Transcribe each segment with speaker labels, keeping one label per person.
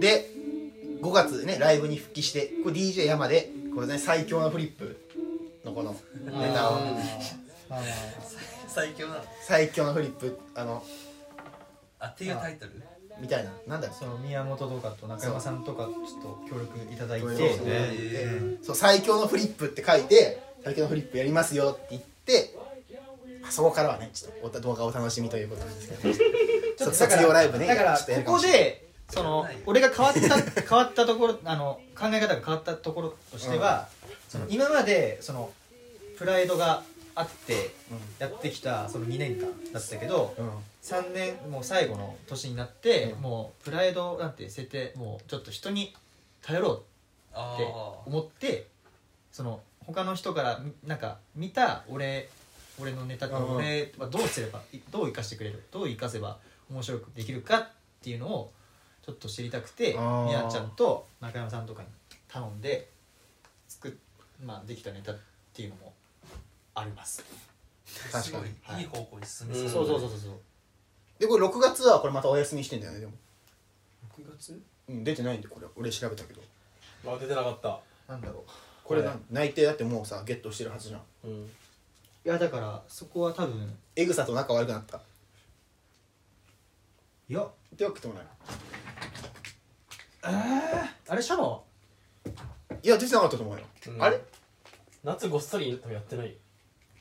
Speaker 1: で5月でねライブに復帰してこれ DJ 山でこれね最強のフリップのこのネタを
Speaker 2: あ
Speaker 3: 最強なの
Speaker 1: 最強のフリップあの
Speaker 3: あっていうタイトル
Speaker 1: みたいななんだろう
Speaker 2: その宮本とかと中山さんとかちょっと協力いただいて
Speaker 1: そう
Speaker 3: うね
Speaker 1: そう最強のフリップって書いて最強のフリップやりますよって言ってあそこからはねちょっとおた動画をお楽しみということなんですけど、
Speaker 2: ちょっとだから
Speaker 1: 卒業ライブね
Speaker 2: だか
Speaker 1: ちょっとや
Speaker 2: ら
Speaker 1: るか
Speaker 2: こ
Speaker 1: も
Speaker 2: こ
Speaker 1: しれない
Speaker 2: でその俺が変わった変わったところあの考え方が変わったところとしては、その今までそのプライドがあってやってきたその2年間だったけど、
Speaker 1: うん
Speaker 2: 3年もう最後の年になって、
Speaker 1: うん
Speaker 2: もうプライドなんて捨ててもうちょっと人に頼ろう
Speaker 3: あ
Speaker 2: って
Speaker 3: あ
Speaker 2: 思ってその他の人からみなんか見た俺俺のネタって
Speaker 1: うん
Speaker 2: 俺はどうすればいどう生かしてくれるどう生かせば面白くできるかっていうのをちょっと知りたくて
Speaker 1: あー
Speaker 2: みやちゃんと中山さんとかに頼んで作っ、まあ、できたネタっていうのもあります、
Speaker 3: すごい
Speaker 1: 確かに
Speaker 3: いい方向に進み
Speaker 4: うん
Speaker 2: そうそうそう
Speaker 3: う
Speaker 2: そうそう
Speaker 1: でこれ6月はこれまたお休みしてんだよねでも、
Speaker 4: 6月
Speaker 1: うん、出てないんでこれ俺調べたけど
Speaker 4: あ出てなかった
Speaker 2: なんだろ
Speaker 1: これな内定だってもうさゲットしてるはずじゃん
Speaker 4: うん
Speaker 2: ういやだからそこは多分
Speaker 1: エグさと仲悪くなったっ
Speaker 2: いや
Speaker 1: てわけでもない
Speaker 2: あれシャワ
Speaker 1: いや出てなかったと思うよ、
Speaker 4: うん
Speaker 1: あれ
Speaker 4: 夏ごっそり多分やってない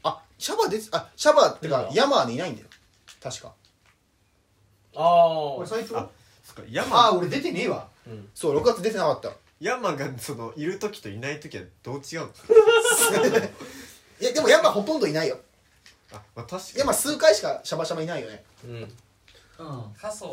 Speaker 1: あシャバ出てあシャバって
Speaker 4: いい
Speaker 1: か
Speaker 4: よ
Speaker 1: ヤマーにいないんだよ確か
Speaker 4: あ
Speaker 2: ー
Speaker 4: あ
Speaker 2: 最初
Speaker 5: あそっか山
Speaker 2: ああ俺出てねえわ
Speaker 4: うん
Speaker 1: そう6月出てなかった
Speaker 5: 山がそのいる時といない時はどう違うの
Speaker 1: いやでもヤマーほとんどいないよ
Speaker 5: あ、まあ、確
Speaker 1: ヤ
Speaker 5: か
Speaker 1: マ
Speaker 5: に
Speaker 1: ー数回しかシャバシャバいないよね
Speaker 4: うん
Speaker 2: うん
Speaker 3: 加藤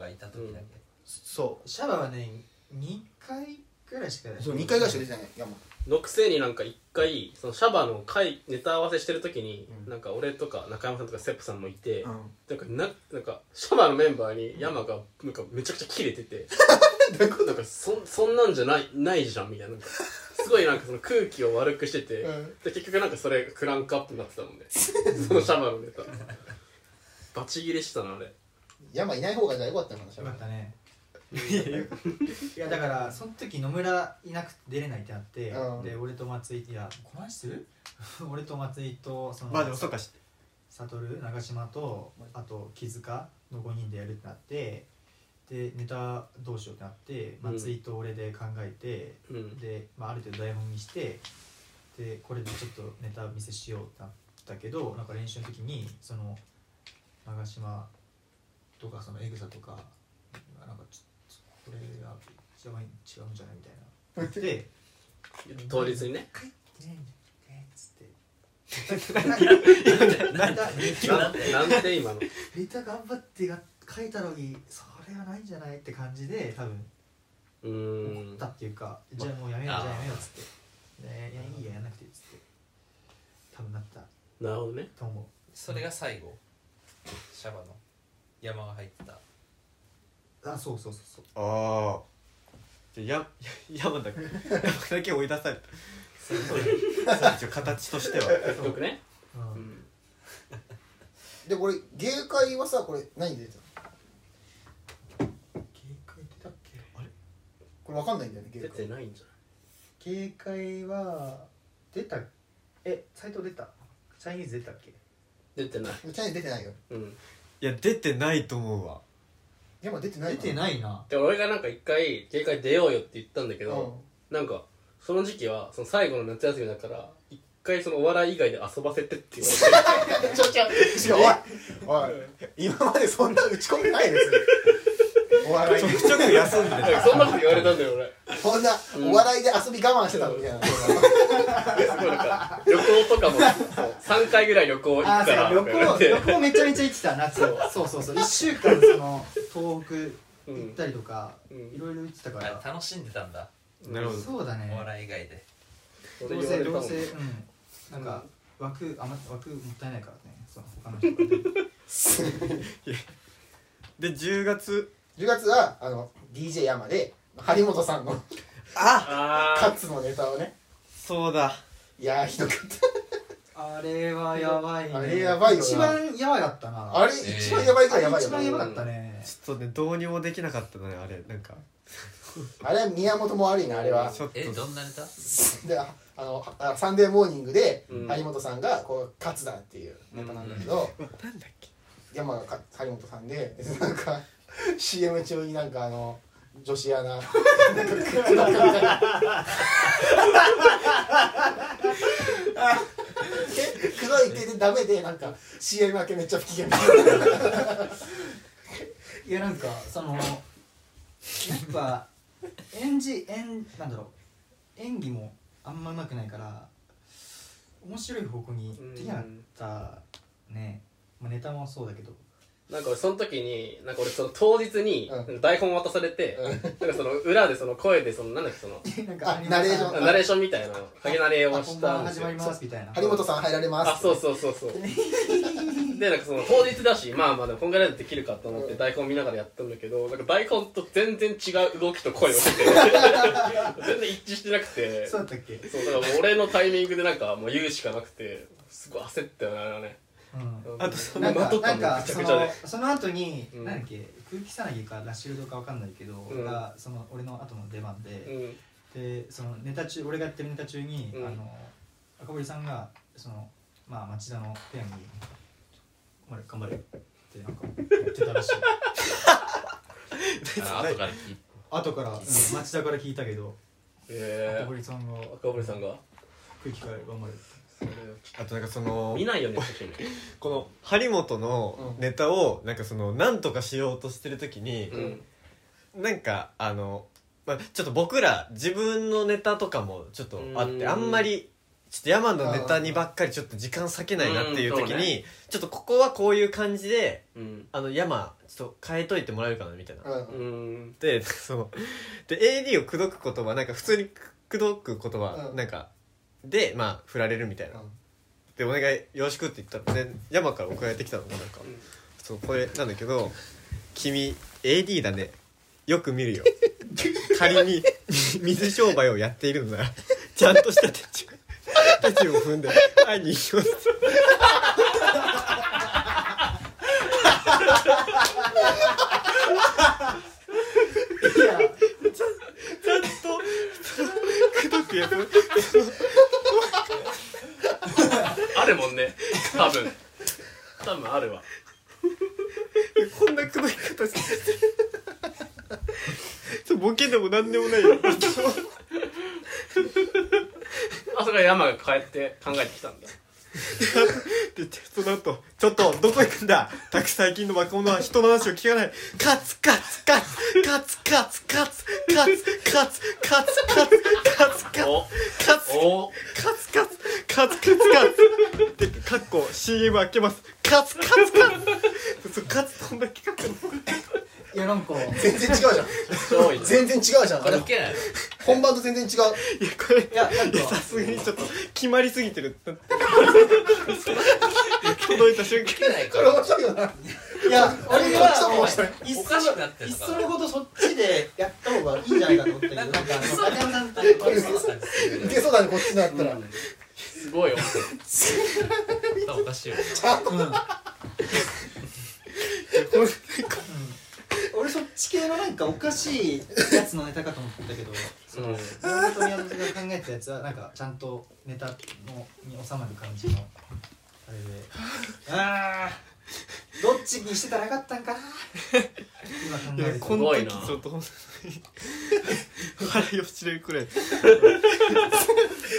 Speaker 3: がいた時だけ
Speaker 1: そ
Speaker 2: シャワーはね2回くらいしか
Speaker 1: うそう2回ぐらいしか出てないヤマー
Speaker 4: のくせになんか一回そのシャバの会ネタ合わせしてる時に、
Speaker 1: うん
Speaker 4: なんか俺とか中山さんとかセップさんもいて、
Speaker 1: う
Speaker 4: なんかななんかシャバのメンバーに山がなんかめちゃくちゃキレ てて、なんかそんそんなんじゃないないじゃんみたいななんかすごいなんかその空気を悪くしてて、
Speaker 1: うん
Speaker 4: で結局なんかそれがクランクアップになってたもん ねそのシャバのネタバチギレしたなあれ
Speaker 1: ヤマーいない方がじゃあよかったのかなシャ
Speaker 2: よか
Speaker 1: バ
Speaker 2: ったねいやだからその時野村いなくて出れないってなって、
Speaker 1: うん
Speaker 2: で俺と松井いやこの話する 俺と松井とその
Speaker 5: まあでもそうかし
Speaker 2: 悟長島とあと木塚の5人でやるってなってでネタどうしようってなって
Speaker 4: うん
Speaker 2: 松井と俺で考えて、
Speaker 4: うん
Speaker 2: で、まあ、ある程度台本にしてでこれでちょっとネタ見せしようってなったけどなんか練習の時にその長島とかそのエグザとかなんかちょっとこれが違うん違うんじゃないみたいな言って
Speaker 4: 当日にね
Speaker 2: つ ってネタ
Speaker 4: なんなんで今の
Speaker 2: ネタ頑張ってが書いたのにそれはないんじゃないって感じで多分
Speaker 4: う
Speaker 2: 怒
Speaker 4: ー
Speaker 2: っ
Speaker 4: ん
Speaker 2: たっていうか、じゃあもうやめよう
Speaker 4: あ
Speaker 2: じゃあやめようっつって、ね、いやいいややんなくてっつって多分なった
Speaker 4: なるほどね
Speaker 2: と思
Speaker 3: それが最後シャバの山が入ってた
Speaker 2: うあそうそうそうそう
Speaker 5: ああじゃあや 山だけ山だけ追い出された一応形としては
Speaker 4: よくね、
Speaker 2: うん
Speaker 4: うん
Speaker 1: でこれ芸会はさこれ何で出てたの
Speaker 2: 警戒出たっけ
Speaker 1: これわかんないんだよね芸
Speaker 4: 出て
Speaker 1: 会
Speaker 4: ないんじゃ
Speaker 2: 警戒は出たえ斎藤出たチャイニーズ出たっけ
Speaker 4: ない出てない
Speaker 1: チャイニーズ出てないよ
Speaker 4: うん
Speaker 5: いや出てないと思うわ
Speaker 1: ヤマー出てない い
Speaker 2: ないな
Speaker 4: で俺がなんか一回警戒出ようよって言ったんだけど、なんかその時期はその最後の夏休みだから一回そのお笑い以外で遊ばせてって言わ
Speaker 1: ちょちょちょおいおい今までそんな打ち込んでないですよお笑 い
Speaker 5: ちょ
Speaker 1: で
Speaker 5: くちょく休んで
Speaker 4: れてそんなこと言われたんだよ俺
Speaker 1: そんなお笑いで遊び我慢してたみた いな
Speaker 4: すごいなんか旅行と かも3回ぐらい旅行行く
Speaker 2: あ
Speaker 4: から
Speaker 2: そう
Speaker 4: と
Speaker 2: 旅
Speaker 4: か言わ
Speaker 2: 行
Speaker 4: れて
Speaker 2: 旅行めちゃめちゃ行ってた夏をそうそうそう1週間その東北行
Speaker 4: う
Speaker 2: っ
Speaker 4: ん
Speaker 2: たりとか
Speaker 4: うん
Speaker 2: いろいろ行ってたか
Speaker 3: あ
Speaker 2: ら
Speaker 3: 楽しんでたんだ
Speaker 5: なるほど
Speaker 2: そうだね
Speaker 3: お笑い以外で
Speaker 2: ど
Speaker 4: 俺
Speaker 2: う
Speaker 4: 言わ
Speaker 2: せ
Speaker 4: れた
Speaker 2: ど
Speaker 4: もん
Speaker 2: うせうんなんか枠あま枠もったいないからねその他の人からね
Speaker 5: で10月
Speaker 1: 10月はあの DJ 山で張本さんの
Speaker 5: あ
Speaker 4: あ
Speaker 1: カツのネタをね
Speaker 5: そうだ
Speaker 1: いやーひどかっ
Speaker 2: あれはやばいね
Speaker 1: あれやばいよな
Speaker 2: 一番やばかったな
Speaker 1: たあれ
Speaker 3: えー
Speaker 1: 一番やばいからやばいよ
Speaker 2: 一番やば
Speaker 1: な
Speaker 2: かったね
Speaker 1: ね
Speaker 5: ちょっとねどうにもできなかったねあれなんか
Speaker 1: あれは宮本も悪いなあれは
Speaker 5: ちょっと
Speaker 3: えどんなネタ
Speaker 1: でああのあサンデーモーニングで
Speaker 4: うん
Speaker 1: 張本さんがこう勝つだっていうネタなんだけど、
Speaker 5: なんだっけ
Speaker 1: 山がか張本さんででなんか CM 中になんかあの女子アナなんか口の中みたいなえ黒い手でダメでなんか CM 明けめっちゃ不機嫌みたいない
Speaker 2: やなんかそのやっぱ演じ演なんだろう演技もあんま上手くないから面白い方向にできなかったね、まあ、ネタもそうだけど
Speaker 4: なんか俺その時になんか俺その当日に
Speaker 1: う
Speaker 4: 台本渡されて、なんかその裏でその声でそのなんだっけその
Speaker 2: なん
Speaker 1: あナレーション
Speaker 4: ナレーションみたいな影ナレをし
Speaker 2: 本
Speaker 4: た
Speaker 2: 番
Speaker 4: んで
Speaker 2: 始
Speaker 4: すよ
Speaker 2: まりますみたいな
Speaker 1: 張本さん入られます
Speaker 4: あそうそうそう そうでなんかその当日だしまあまあでもこんぐらいでできるかと思って台本見ながらやったんだけどなんか台本と全然違う動きと声をして て全然一致してなくて
Speaker 2: そ
Speaker 4: そうう
Speaker 2: だったっけ、
Speaker 4: だからもう俺のタイミングでなんかもう言うしかなくてすごい焦ったよねあれはね
Speaker 2: う
Speaker 5: あとそ
Speaker 2: ん、
Speaker 4: な
Speaker 2: なんんか
Speaker 4: かとっ
Speaker 2: な
Speaker 4: たも
Speaker 2: んか
Speaker 4: んぐちゃ
Speaker 2: そ
Speaker 4: ぐちゃで
Speaker 2: のその後に、
Speaker 4: うん
Speaker 2: なんだっけ空気さなぎかラッシュルドかわかんないけど、
Speaker 4: うん
Speaker 2: がその俺の後の出番で、
Speaker 4: うん
Speaker 2: でそのネタ中俺がやってるネタ中に、
Speaker 4: うん
Speaker 2: あの赤堀さんがその、まあ、町田のペアに「頑張れ頑張れ」ってなんか言って たらしい
Speaker 3: あ後から聞い
Speaker 2: 後から、うん町田から聞いたけど赤
Speaker 4: え
Speaker 2: 堀さんが
Speaker 4: ー、赤堀さんが
Speaker 2: 空気から頑張れって
Speaker 4: それ
Speaker 5: あとなんかその
Speaker 4: 見ないよね写真
Speaker 5: この張本のネタをなんかそのなんとかしようとしてる時に、
Speaker 4: うん
Speaker 5: なんかあの、まあ、ちょっと僕ら自分のネタとかもちょっとあっ
Speaker 4: う
Speaker 5: て
Speaker 4: ん
Speaker 5: あんまりちょっと山のネタにばっかりちょっと時間割けないなっていう
Speaker 4: うん
Speaker 5: 時
Speaker 4: そうね
Speaker 5: にちょっとここはこういう感じで
Speaker 4: うん
Speaker 5: あの山ちょっと変えといてもらえるかなみたいな。
Speaker 1: うん
Speaker 4: うん
Speaker 5: で そので AD を口説く言葉なんか普通に口説く言葉、
Speaker 1: うん
Speaker 5: なんかでまあ振られるみたいな、で「お願いよろしく」って言ったらで山から送られてきたのもなんか、
Speaker 4: うん
Speaker 5: そうこれなんだけど「君 AD だねよく見るよ仮に水商売をやっているのならちゃんとした手順手順を踏んで愛にしよう
Speaker 2: いや
Speaker 5: ちゃんと口説くやつ
Speaker 4: あるもんね多分多分あるわ
Speaker 5: こんな口説き方してちょボケでもなんでもないよ
Speaker 4: あそこは山が帰って考えてきたんだ
Speaker 5: で、その後、ちょっと、どこ行くんだたく最近の若者は人の話を聞かない。カツカツカツカツカツカツカツカツカツカツカツカツ
Speaker 4: お
Speaker 5: カツ
Speaker 4: お
Speaker 5: カツカツカツカツカツで、カッコ CM 開けます。カツカツカツそうカツ飛んだけかかる。
Speaker 2: いやなんかい
Speaker 1: 全然違うじゃん
Speaker 4: 多いね
Speaker 1: 全然違うじゃん
Speaker 3: これ受けない
Speaker 1: 本番と全然違う
Speaker 5: いや、これ、
Speaker 2: やなんか
Speaker 5: さすがにちょっと決まりすぎてる。届いた瞬間
Speaker 3: 受。けない
Speaker 1: これ
Speaker 3: から
Speaker 1: 面白いよない
Speaker 2: や
Speaker 1: こ
Speaker 2: 俺
Speaker 1: っちの方が面
Speaker 2: は
Speaker 1: 白い
Speaker 2: いっ
Speaker 3: お
Speaker 2: そ
Speaker 3: かしくなって
Speaker 2: いっ
Speaker 3: るのか
Speaker 2: そのことそっちでやった方がいいんじゃないかと思ったけどなんかあの中山さんと
Speaker 1: これウケそうだねこっちのやったら、
Speaker 4: すごいよ
Speaker 3: 多分おかしいよね
Speaker 2: 俺そっち系のなんかおかしいやつのネタかと思ったけど
Speaker 4: その
Speaker 2: 本当に私が考えたやつはなんかちゃんとネタのに収まる感じのあれでああどっちにしてたらよかったんかな今考
Speaker 5: いや
Speaker 2: える
Speaker 5: こ
Speaker 2: と
Speaker 5: の
Speaker 4: ごい
Speaker 5: 時
Speaker 4: な
Speaker 5: ちょっと本当に腹よしれるくらい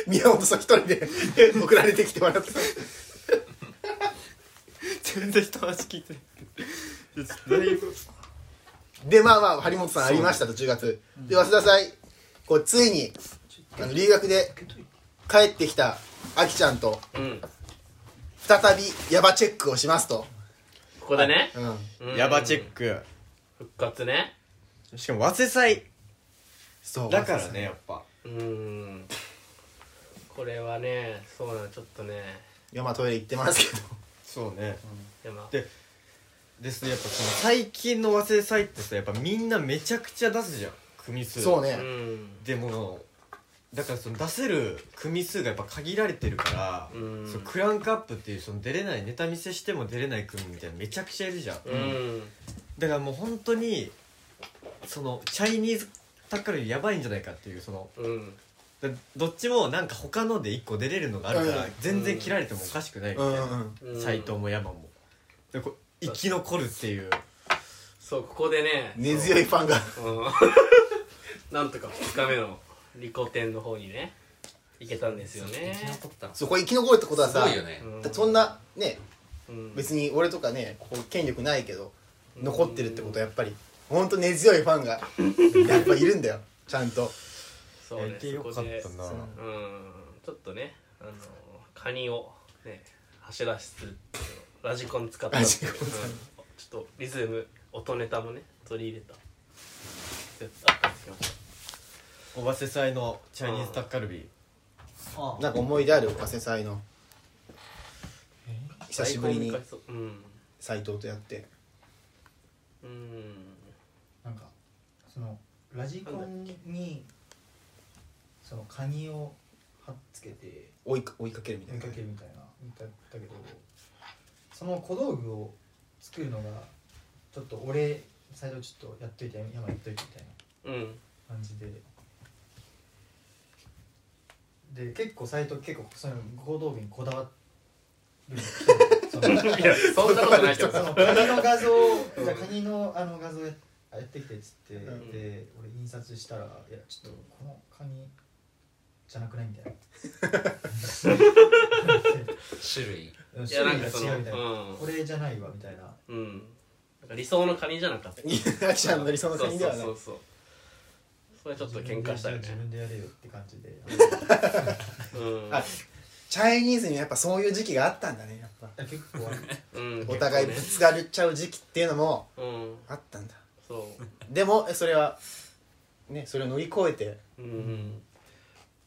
Speaker 1: 宮本さん一人で 送られてきて笑ってた
Speaker 5: 全然人話聞いて ないいやちょっとだいぶ
Speaker 1: でまあまあ張本さんありましたと10月で早稲田祭こうついにあの留学で帰ってきたあきちゃんと
Speaker 4: うん
Speaker 1: 再びヤバチェックをしますと、
Speaker 4: ここでね
Speaker 1: うん、
Speaker 4: うん
Speaker 5: ヤバチェック
Speaker 4: 復活ね
Speaker 5: しかも早稲祭
Speaker 1: そう
Speaker 5: だからねやっぱ
Speaker 4: うんこれはねそうなのちょっとね
Speaker 1: いやまあトイレ行ってますけど
Speaker 5: そうね
Speaker 4: 山
Speaker 5: でですねやっぱその最近の早稲祭ってさやっぱみんなめちゃくちゃ出すじゃん組数
Speaker 1: そう
Speaker 4: う
Speaker 1: ね、
Speaker 4: ん
Speaker 5: でもだからその出せる組数がやっぱ限られてるから、
Speaker 4: うん
Speaker 5: そのクランクアップっていうその出れないネタ見せしても出れない組みたいなめちゃくちゃいるじゃん
Speaker 4: うん
Speaker 5: だからもう本当にそのチャイニーズタッカルよりやばいんじゃないかっていうその
Speaker 4: うん
Speaker 5: だどっちもなんか他ので1個出れるのがあるから、
Speaker 1: うん
Speaker 5: 全然切られてもおかしくないみ
Speaker 1: う
Speaker 5: たい
Speaker 1: ん
Speaker 5: な、
Speaker 1: うん
Speaker 4: うん
Speaker 5: 斎藤も山もでこう生き残るっていう
Speaker 4: そうここでね
Speaker 1: 根強いファンが
Speaker 4: うん なんとか2日目のリコ店の方にね行けたんですよね
Speaker 3: 生き残ったのす
Speaker 1: そこ生き残るってことはさ
Speaker 3: ごいよね
Speaker 4: う
Speaker 1: そんなね
Speaker 4: うん
Speaker 1: 別に俺とかねこう権力ないけど残ってるってことはやっぱり本当根強いファンがやっぱいるんだよちゃんと
Speaker 4: そうね
Speaker 5: やってよかったな
Speaker 4: そこでうんちょっとねあのカニをね走らせてるっていうのをラジコン使った
Speaker 1: ラジコン
Speaker 4: うんちょっとリズム音ネタもね取り入れたやつあったんですよ
Speaker 5: おばせ祭のチャイニーズタッカルビ
Speaker 2: あ
Speaker 1: なんか思い出あるおかせ祭の久しぶりに
Speaker 4: 大根見返そううん
Speaker 1: 斎藤とやって
Speaker 4: うん
Speaker 2: なんかそのラジコンにそのカニを貼っつけて
Speaker 1: 追いか追いかけるみた
Speaker 2: 追
Speaker 1: い
Speaker 2: い
Speaker 1: な
Speaker 2: かけるみたいなだったけどその小道具を作るのがちょっと俺最初ちょっとやっといて山やっといてみたいな
Speaker 4: うん
Speaker 2: 感じでで結構斎藤結構そういう小道具にこだわるその
Speaker 4: いやそんなことないけど
Speaker 2: そ
Speaker 4: さ
Speaker 2: のカニの画像じゃあカニのあの画像ややってきてっつって、
Speaker 1: ん
Speaker 2: で俺印刷したらいやちょっとこのカニじゃなくないみたい
Speaker 3: 種類
Speaker 2: な
Speaker 4: いやなんかそ
Speaker 2: 種類が違うみたいな、
Speaker 4: の
Speaker 2: これじゃないわみたいな
Speaker 4: うんうんなんか理想のカニじゃなかった
Speaker 1: アキちゃんの理想のカニではない
Speaker 4: そうそうそうそうそれちょっと喧嘩したよ
Speaker 2: 自
Speaker 4: ね
Speaker 2: 分でやれよって感じ で
Speaker 4: うん
Speaker 1: あチャイニーズにはやっぱそういう時期があったんだねやっぱ
Speaker 2: あ結構ある
Speaker 4: うん
Speaker 1: お互いぶ
Speaker 4: 結
Speaker 1: つかっちゃう時期っていうのも
Speaker 4: 構ねうん
Speaker 1: あったんだ
Speaker 4: そ
Speaker 1: でもえそれはねそれを乗り越えて
Speaker 4: ううん、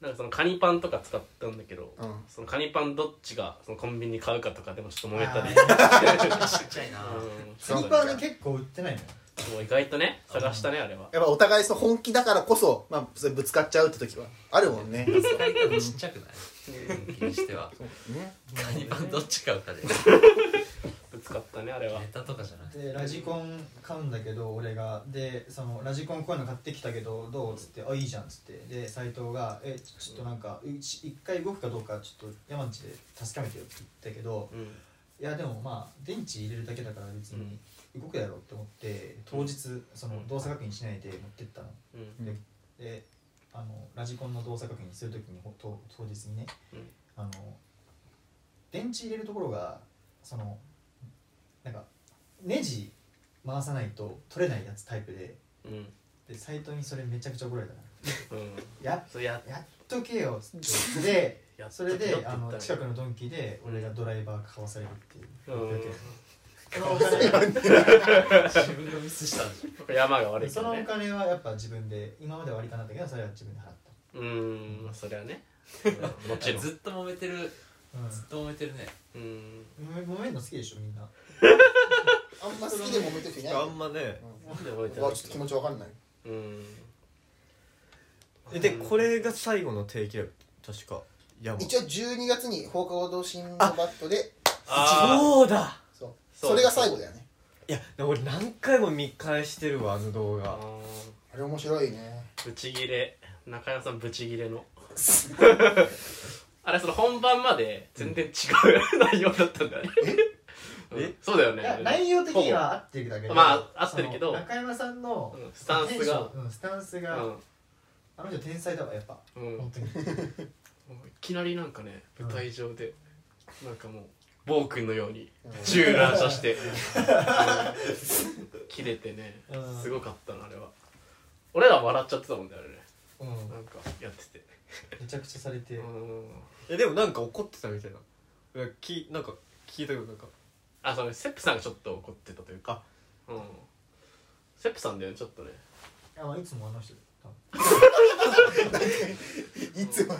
Speaker 4: なんかそのカニパンとか使ったんだけど、
Speaker 1: うん
Speaker 4: そのカニパンどっちがそのコンビニ買うかとかでもちょっと揉めたり、
Speaker 3: ちっちゃいな
Speaker 4: うん
Speaker 2: スニーカーね結構売ってないのよ
Speaker 4: そう意外とね探したねあれは
Speaker 1: やっぱお互いその本気だからこそ、まあ、それぶつかっちゃうって時はあるもんね。
Speaker 3: 使い方ちっちゃくない気にしては
Speaker 1: ね
Speaker 3: カニパンどっち買うかでネ
Speaker 4: ぶつかったねあれは
Speaker 3: タとかじゃなくて
Speaker 2: でラジコン買うんだけど俺がでそのラジコンこういうの買ってきたけどどうっつって「あいいじゃん」っつってで斎藤が「えちょっとなんかうち一回動くかどうかちょっと山内で確かめてよ」って言ったけど
Speaker 4: うん
Speaker 2: いやでもまあ電池入れるだけだから別に動くやろって思って当日その動作確認しないで持ってったの
Speaker 4: うん
Speaker 2: でであのラジコンの動作確認するときにほ当当日にね、
Speaker 4: うん
Speaker 2: あの電池入れるところがそのなんかネジ回さないと取れないやつタイプで
Speaker 4: うん
Speaker 2: でサイトにそれめちゃくちゃ怒られたな
Speaker 4: うん
Speaker 2: や
Speaker 4: それや
Speaker 2: やっとけよっつってで
Speaker 4: やっ
Speaker 2: それであの近
Speaker 4: く
Speaker 2: くのドンキで俺がドライバー買わされるっていう
Speaker 4: う
Speaker 2: だ
Speaker 4: ん
Speaker 2: け
Speaker 4: そのお金
Speaker 3: 自分がミスしたんでしょ
Speaker 4: 山が悪いけ
Speaker 2: その
Speaker 4: ど
Speaker 2: お
Speaker 4: ね
Speaker 2: 金はやっぱ自分で今までは割りかなったけどそれは自分で払っ
Speaker 4: うんそれはねもちろん
Speaker 3: ずっと揉めてる
Speaker 2: た、うん
Speaker 3: ずっと揉めてるね
Speaker 4: うん
Speaker 2: もめもめんの好きでしょみんな
Speaker 1: あんま好きでもめてる人いない
Speaker 5: あんまね
Speaker 4: なんで覚えて
Speaker 1: う
Speaker 4: な
Speaker 1: わ
Speaker 4: い
Speaker 1: ちょっと気持ちわかんない。
Speaker 4: うん
Speaker 5: えでこれが最後の定期だよ確か山
Speaker 1: 一応12月に放課後同心のバットで、
Speaker 4: あ
Speaker 5: そうだ
Speaker 1: そう
Speaker 4: そう
Speaker 1: それが最後だよね。
Speaker 5: いやでも俺何回も見返してるわあの動
Speaker 4: あ
Speaker 5: 画
Speaker 1: あれ面白いね。
Speaker 4: ブチギレ中山さんブチギレ のあれその本番まで全然違う内容だったんだね
Speaker 5: え
Speaker 4: うんそうだよ
Speaker 2: いや
Speaker 4: ね
Speaker 2: 内容的には合ってるだけど
Speaker 4: まあ合ってるけど
Speaker 2: その中山さんの
Speaker 4: うんスタンス
Speaker 2: テ
Speaker 4: が
Speaker 2: ンションうんスタンス
Speaker 4: う
Speaker 2: が、あの人天才だわやっぱ
Speaker 4: んうん
Speaker 2: 本当に
Speaker 4: もういきなりなんかね
Speaker 2: うん
Speaker 4: 舞台上でなんかもう暴君のように銃乱射し てうん切れてね
Speaker 2: うん
Speaker 4: すごかったなあれは俺ら笑っちゃってたもんだよね
Speaker 2: うん
Speaker 4: あれねなんかやってて
Speaker 2: めちゃくちゃされて
Speaker 4: うん
Speaker 5: えでもなんか怒ってたみたいないやきなんか聞いたけどなんか
Speaker 4: あそのセップさんがちょっと怒ってたというかうんセップさんだよねちょっとね
Speaker 2: あまあいつもあの人多分
Speaker 1: いつもの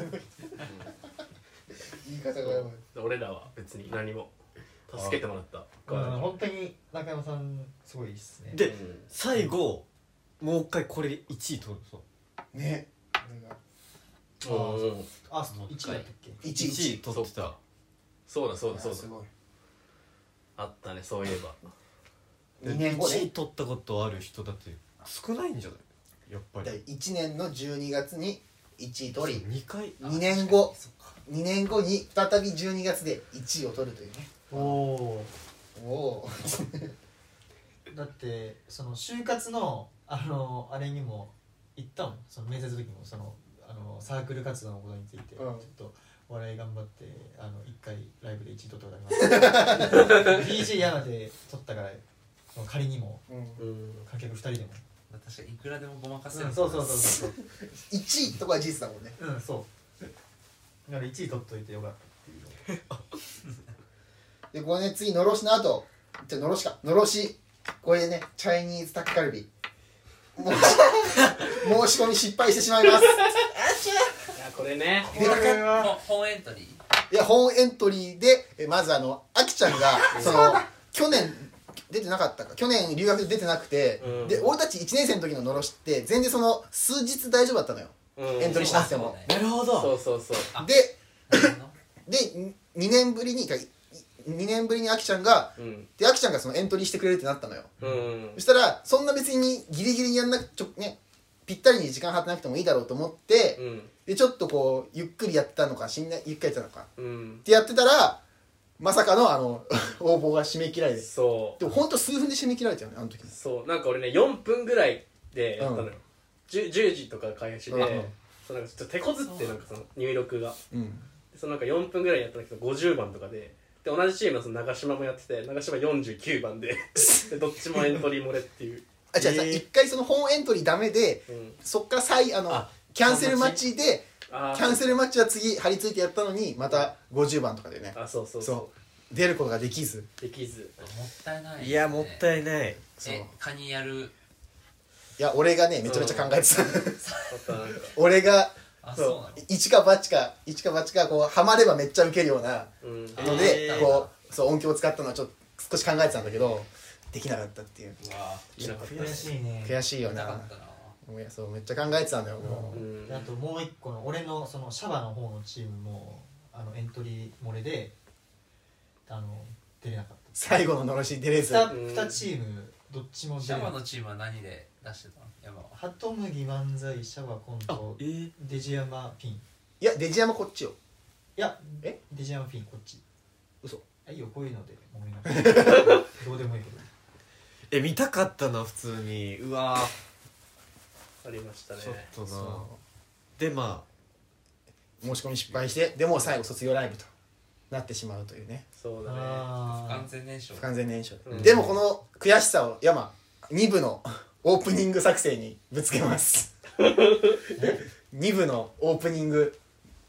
Speaker 1: 言い方がやばい。
Speaker 4: 俺らは別に何も助けてもらった側
Speaker 2: うん
Speaker 4: だか
Speaker 2: 本当に中山さんすごいいいっすね
Speaker 4: ら
Speaker 5: で最後もう一回これで1位取るの
Speaker 1: ね。なんか
Speaker 4: うんうん
Speaker 2: あそう1位だったっけ
Speaker 1: 一
Speaker 5: 1
Speaker 1: 一
Speaker 5: 位取ってた
Speaker 4: そうだそうだ
Speaker 1: あ
Speaker 4: そうだ
Speaker 1: すごい。
Speaker 4: あったねそういえば
Speaker 1: 2年後
Speaker 5: 1
Speaker 1: ね
Speaker 5: 位取ったことある人だって少ないんじゃないやっぱり
Speaker 1: 1年の12月に1位取り
Speaker 5: 2回
Speaker 1: 2年後2年後に再び12月で1位を取るというね
Speaker 2: おお
Speaker 1: おお
Speaker 2: ーだってその就活のあのあれにも行ったもんその面接の時もそのあのサークル活動のことについて、
Speaker 1: うん
Speaker 2: ちょっとお笑い頑張ってあの一回ライブで1位取ったことあ ります DJ 山で取ったからその仮にも
Speaker 1: うん
Speaker 4: うん
Speaker 2: 観客2人でも、
Speaker 3: 私はいくらでもごまか
Speaker 2: うん、
Speaker 3: せ
Speaker 2: そ
Speaker 3: る
Speaker 2: うそうそうそう
Speaker 1: 1位とかは事実だもんね
Speaker 2: うんそうだから1位取っといてよかった
Speaker 1: でこれね次のろしの後じゃあのろしかのろしこれでねチャイニーズタッカルビ申し申し込み失敗してしまいます
Speaker 4: いやこれね
Speaker 1: でかかっ
Speaker 3: ほ本エントリー
Speaker 1: いや本エントリーでえまずあのあきちゃんがその去年出てなかったか去年留学で出てなくて、
Speaker 4: うん
Speaker 1: で俺たち1年生の時ののろしって全然その数日大丈夫だったのよ
Speaker 4: うん
Speaker 1: エントリーしなくても、
Speaker 3: なるほ
Speaker 4: そうそうそう
Speaker 3: あ
Speaker 1: で
Speaker 3: ど
Speaker 1: でに2年ぶりに2年ぶりにあきちゃんが
Speaker 4: うん
Speaker 1: であきちゃんがそのエントリーしてくれるってなったのよ
Speaker 4: うん
Speaker 1: そしたらそんな別にギリギリにやんなくちょねぴったりに時間張ってなくてもいいだろうと思って、
Speaker 4: うん
Speaker 1: でちょっとこうゆっくりやってたのかしんなゆっくりやってたのか
Speaker 4: うん
Speaker 1: ってやってたらまさかのあの 応募が締め切られて
Speaker 4: そう
Speaker 1: でもほんと数分で締め切られたよねあの時
Speaker 4: そうなんか俺ね4分ぐらいでやったのよ、十 10, 時とか開始で、
Speaker 1: うん
Speaker 4: そうなんかちょっと手こずってなんかその入力が
Speaker 1: うん
Speaker 4: でそのなんか4分ぐらいやったんだけど50番とかでで同じチームのその長島もやってて長島49番ででどっちもエントリー漏れっていう、
Speaker 1: あ違うさ
Speaker 5: えー
Speaker 1: 一回その本エントリーダメで
Speaker 4: うん、
Speaker 1: そっから再あの
Speaker 5: あ
Speaker 1: キャンセル待ちで
Speaker 4: あー
Speaker 1: キャンセル待ちは次張り付いてやったのにまた50番とかでね
Speaker 4: あそうそうそう
Speaker 1: そう出ることができず
Speaker 4: できず
Speaker 3: もったいない、
Speaker 5: いやもったいない
Speaker 1: そう
Speaker 3: えカニやる
Speaker 1: いや俺がねめちゃめちゃ考えてた
Speaker 4: またなんか
Speaker 1: 俺が
Speaker 3: あ
Speaker 4: そう
Speaker 3: そうなの
Speaker 1: 一か八か一か八かこうハマればめっちゃウケるような
Speaker 4: うん
Speaker 3: あ
Speaker 1: ので、
Speaker 5: えー
Speaker 1: こうそう音響を使ったのはちょっと少し考えてたんだけどできなかったっていう
Speaker 3: うわ
Speaker 4: しなかった
Speaker 2: 悔しいね
Speaker 1: 悔しいよ
Speaker 3: なか
Speaker 1: な
Speaker 3: ったな
Speaker 1: もういやそうめっちゃ考えてたんだよもう、
Speaker 4: うん
Speaker 2: であともう一個の俺のそのシャバの方のチームもあのエントリー漏れであの出れなかっ
Speaker 1: 最後ののろし出れず
Speaker 2: た
Speaker 1: あ
Speaker 2: 2, 二チームどっちも
Speaker 3: シ
Speaker 2: 出
Speaker 3: ャ
Speaker 2: れな
Speaker 3: バ
Speaker 2: かっ
Speaker 3: のチームは何で出してたのヤマは
Speaker 2: たハトムギ漫才シャバコント
Speaker 5: え
Speaker 2: デジヤマピンい
Speaker 1: いやデジ山こっちよ
Speaker 2: や
Speaker 1: え
Speaker 2: デジヤマピンこっち
Speaker 1: 嘘
Speaker 2: あいいよこういうので揉めなくてどうでもいいけど
Speaker 5: え見たかったな普通にうわ
Speaker 4: ありましたね
Speaker 5: ちょっとな
Speaker 1: そ
Speaker 5: でま
Speaker 1: 申し込み失敗してでも最後卒業ライブとなってしまうというね
Speaker 4: そうだね
Speaker 3: 不
Speaker 2: あ
Speaker 3: 完全燃焼
Speaker 1: 不完全燃焼で、
Speaker 4: うん
Speaker 1: でもこの悔しさを山2部のオープニング作成にぶつけます 2部のオープニング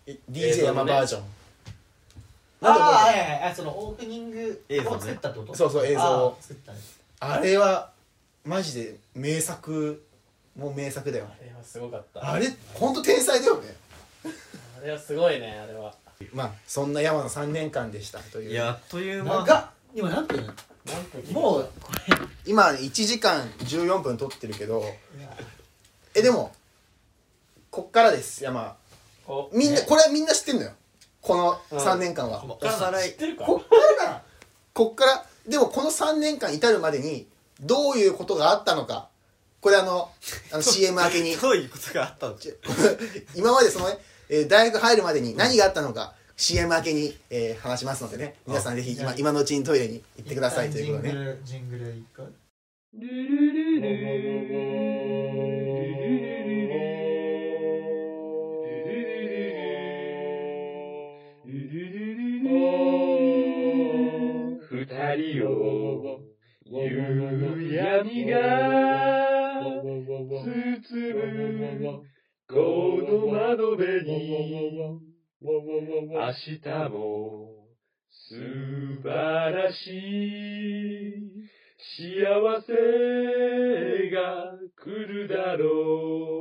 Speaker 1: え
Speaker 4: 映
Speaker 1: DJ
Speaker 4: 像の
Speaker 1: 山
Speaker 4: ね
Speaker 1: バージョン、
Speaker 2: あ
Speaker 1: なんだ
Speaker 2: あー
Speaker 1: こ
Speaker 2: はいはいはいそのオープニング
Speaker 5: 映像ね
Speaker 2: を作ったってこと
Speaker 1: そうそう映像を
Speaker 2: あー作ったね
Speaker 1: れあれはマジで名作もう名作だよ
Speaker 4: あれはすごかった
Speaker 1: あれ本当天才だよね
Speaker 4: あれはすごいねあれは
Speaker 1: まあそんな山の3年間でしたと
Speaker 5: あ
Speaker 1: いう
Speaker 5: いやあっという間
Speaker 2: 長っ今何分もうこれ
Speaker 1: 今1時間14分撮ってるけど
Speaker 2: いや
Speaker 1: えでもこっからです山
Speaker 4: お
Speaker 1: みんな、
Speaker 4: ね
Speaker 1: これはみんな知ってんのよこの
Speaker 4: うん
Speaker 1: 3年間は、
Speaker 5: この
Speaker 1: こ
Speaker 5: おさら
Speaker 4: 知
Speaker 5: い
Speaker 4: ってるか
Speaker 1: こっからだこっからでもこの3年間至るまでにどういうことがあったのかこれあの あの CM 明けに
Speaker 5: どういう ことがあったの
Speaker 1: ち今までそのね、えー大学入るまでに何があったのか CM 明けに、えー話しますのでね皆さんぜひ今今のうちにトイレに行ってくださいということでね
Speaker 2: 一旦ジングルジングル一回
Speaker 6: 二人を夕闇が包むこの窓辺に明日も素晴らしい幸せが来るだろう